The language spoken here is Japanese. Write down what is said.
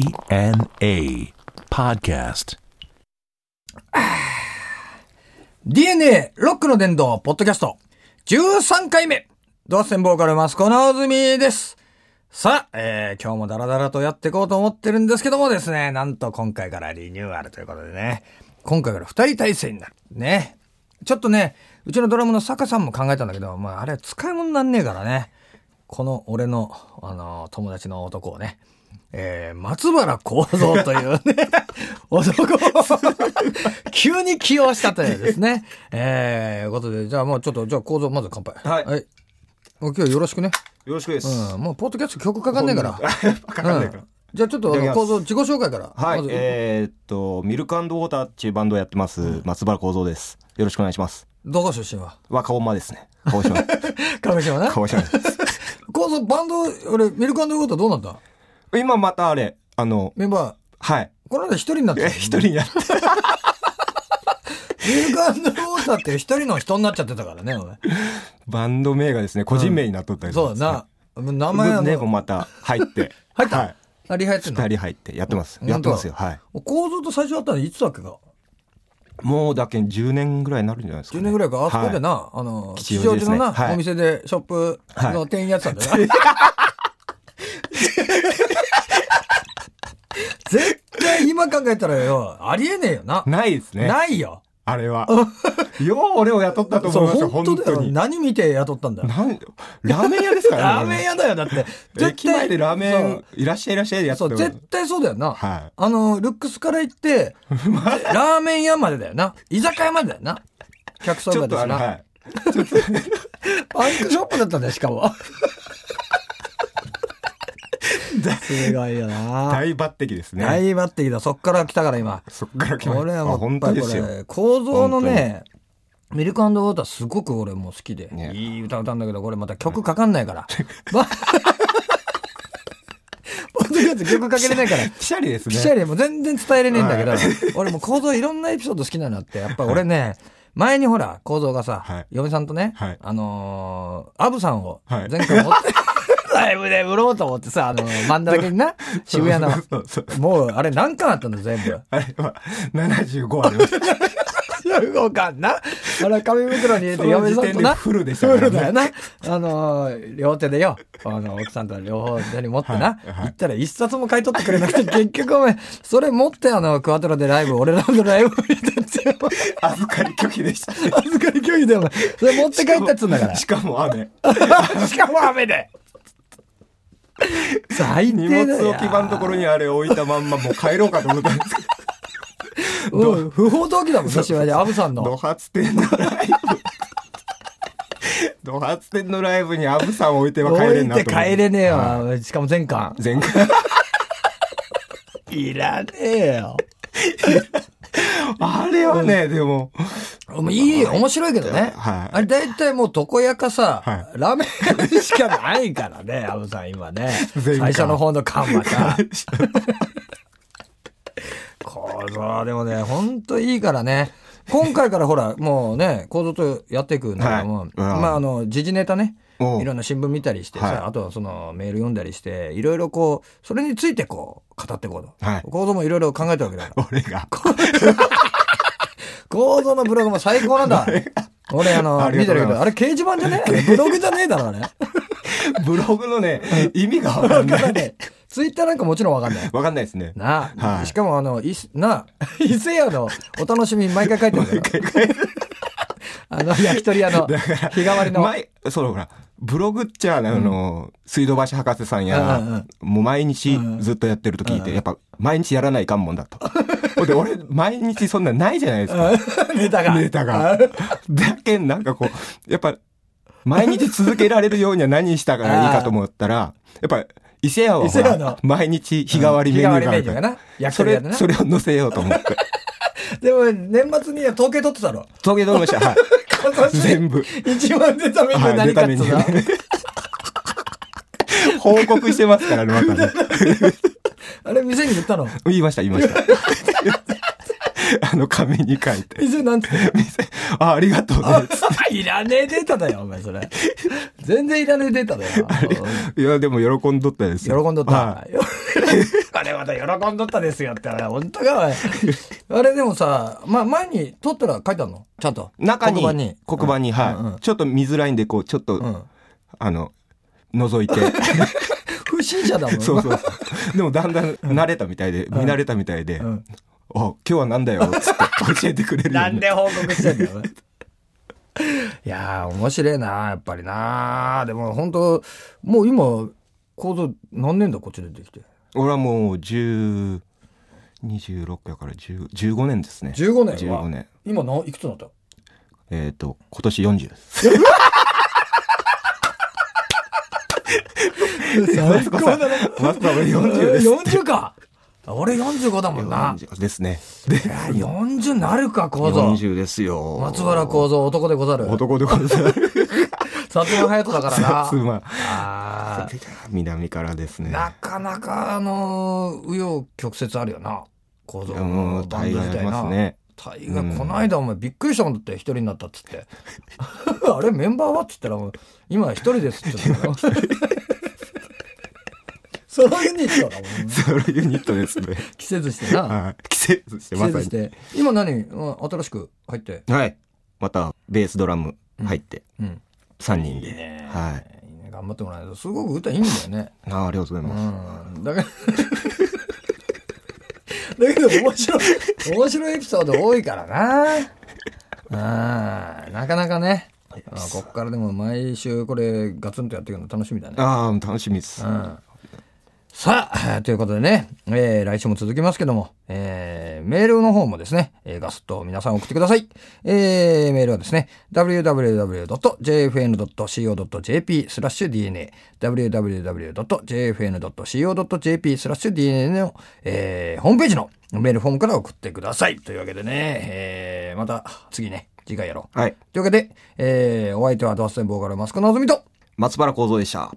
DNA Podcast. DNA ロックの殿堂ポッドキャスト13回目ドアセンボーカルマスコのズミですさあ、えー、今日もダラダラとやっていこうと思ってるんですけどもですね、なんと今回からリニューアルということでね、今回から2人体制になる。ね。ちょっとね、うちのドラムの坂さんも考えたんだけど、まああれ使い物になんねえからね、この俺の、あの、友達の男をね、えー、松原幸三という ね、男を急に起用したというですね、えー、ことで、じゃあもうちょっと、じゃあ幸三まず乾杯。はいはい。今日よろしくね。よろしくです。うん、もうポッドキャスト曲かかんねえ から。かかんないから。じゃあちょっとあいたのだき構ます造自己紹介から。はいま、ずえーっと、ミルクウォーターっていうバンドをやってます、松原幸三です。よろしくお願いします。どこ出身 は若女ですね。鹿児島。 鹿児島ね鹿。児島です。構造バンド、俺、ミルクウォーターどうなった今またあれ、あの、メンバはい。ー、この間一人になったえ、の。一人になって。ミルクウォーターって一人の人になっちゃってたからね、 俺。バンド名がですね、個人名になっとったりそうな。だな。名名前前はね、もうまた入って。 入った、はい。あリハやってんの二人入って、やってます。うんやってますよ。はい。構造と最初あったのいつだっけかもうだけ10年ぐらいになるんじゃないです10か、ね。年ぐらいか、あそこではいな、あの、吉祥吉祥寺寺のな、ですねはいお店でショップの店員やってたんだよな。 絶対今考えたらよ、ありえねえよな。ないですね。ないよ。あれ は。よう俺を雇ったと思いますそよ、う本本当だよ。当に。何見て雇ったんだよ。なんラーメン屋ですからラーメン屋だよ、だって。 駅前でラーメン、いらっしゃいいらっしゃいでやってそたう。そう、絶対そうだよな。はい。あの、ルックスから行 って、ラーメン屋までだよな。居酒屋までだよな。客層ちがょっでとすあの、な。はい。パンクショップだったんだよ、しかも。すごいよな。大抜擢ですね。大抜擢だ。そっから来たから今。そっから来ました。俺はあもう、本当ですよ。れ、構造のね、ミルクウォーターすごく俺も好きで、ねいい歌歌うんだけど、これまた曲かかんない から。まポッドキャスト曲かけれないから。ピシャリですピシャね。リもう全然伝えれねえんだけど、俺もう構造いろんなエピソード好きなのあって、やっぱ俺ね、前にほら、構造がさ、はい嫁さんとね、はいあのーアブさんをはい前回持って、 ライブで売ろうと思ってさ、あのー、真ん中にな、渋谷の、そうそう。もうあれ何巻あったんだ全部。あれは、75ありました。 15巻な。あれ紙袋に入れてその嫁時さん点とでな。フルでしたプかーらルだよね。な。あのー両手でよ、あの、奥さんと両方手に持ってな、はいはい行ったら一冊も買い取ってくれなくて、 結局お前、それ持ってあの、クワトロでライブ、俺らのライブ見たってよ。預かり拒否でした。預かり拒否だよ、お前。それ持って帰ったっつうんだから。しかも雨。 しかも雨で。最低荷だよ。物置き場のところにあれ置いたまんま、もう帰ろうかと思ったんですけうん不法投棄だもん、私はね、アブさん ど、の。ド発展のライブ。ド発展のライブにアブさん置いては帰れんな置と思いってて。帰れねえよ、はしかも全巻。い。前回。いらねえよ。あれはね、でも、もういい、面白いけどね。はいあれ大体もう床屋かさ、はラーメン屋しかないからね、アブさん今ね。最全巻初の方の缶は さ。構造でもね、ほんといいからね。今回からほら、もうね、構造とやっていくんだけども、はいうんまああの、時事ネタね。おういろんな新聞見たりしてさ、はいあとはそのメール読んだりして、いろいろこう、それについてこう、語っていこうと。はい構造もいろいろ考えたわけだから。俺が。構造のブログも最高なん だ。俺、あの、あり見がてとうごるざけいますど、あれ掲示板じゃねえブログじゃねえだろ、あれ。 ブログのね、意味がわかんわ なかいん。ないツイッターなんかもちろんわかんない。わかんないですね。なあ、はいしかもあの、いすなあ、伊勢屋のお楽しみ毎回書いてるから。あの、焼き鳥屋の日替わりの。前、そうほら、ブログっちゃ、あの、水道橋博士さうんんうんや、もう毎日ずっとやってると聞いて、やっぱ毎日やらないかんもん だと。ほんで、俺、毎日そんなないじゃないです か。ネタが。ネタが。だけん、なんかこう、やっぱ、毎日続けられるようには何したらいいかと思ったら、やっぱ、伊勢屋はほ伊勢屋のら、毎日日替わりメニューがあるかがら。な。焼きそ鳥屋でれ、な。それを載せようと思 って。でも、年末には統計取ってたろ。東京ドームした。 はい。今年全部。 一番出たメニューは い、何出かたっ目つに うの。報告してま すからね、またね。あれ、店に言った の。言いました、言いました。あの、紙に書いて。店なんて言った店あ、ありがとうね。いらねえデータだよ、お前、それ。全然いらねえデータだよ。いや、でも喜んどったです喜よ。んどっ はた。あれまた喜んどったですよって、あれ、本当か、おいあれでもさ、ま、前に撮ったら書いてあるのちゃんと。中に、黒板に。黒板にはい、うんうんちょっと見づらいんで、こう、ちょっと、うんあの、覗 いて。不審者だもんそうそうそう。でもだんだん慣れたみたいで、見慣れたみたいで、んあ、今日はなんだよ、つって教えてくれるようにななっんてで報告してんだよ。お前いやー、面白いな、やっぱりな。でも本当もう今、構造何年だ、こっち出てきて。俺はもう10 26やから10 15年ですね15年は15年今な、いくつ になったえっ、と今年40です最高だな。マスター俺40です40か。俺45だもんな。 40ですねいや40なるか、構造。 40ですよ松原幸三、男でござる。男でござる薩摩隼人だからな。妻あー南からですねなかなか、あのー、紆余曲折あるよな。構造うのんバン大ド自概あ体りな。ますね大概、この間お前びっくりしたもんだって、一人になったっつって。 あれ、メンバーはっつったら、もう今一人ですって言ってた よ。ソロユニットだもんね。ソロユニットです ね季節してな。はい季節してま季さ節しにて。今何うん新しく入って。はいまたベースドラム入ってうん。 3人で、いいねはいいいね頑張ってもらえると。すごく歌いいんだよね。あーありがとうございます、うん。だから。 だけど面白い、面白いエピソード多いからな。うん。なかなかね。あこっからでも毎週これガツンとやっていくの楽しみだね。ああ楽しみです、うんさあ、と いうことでね、えー来週も続きますけども、えーメールの方もですね、えーガスッと皆さん送ってください。えーメールはですね、www.jfn.co.jp スラッシュ DNA、www.jfn.co.jp スラッシュ DNA の、えーホームページのメールフォームから送ってください。というわけでね、えーまた次ね、次回やろう。はいというわけで、えーお相手はドアステンボーカルマスクのぞみと、松原幸三でした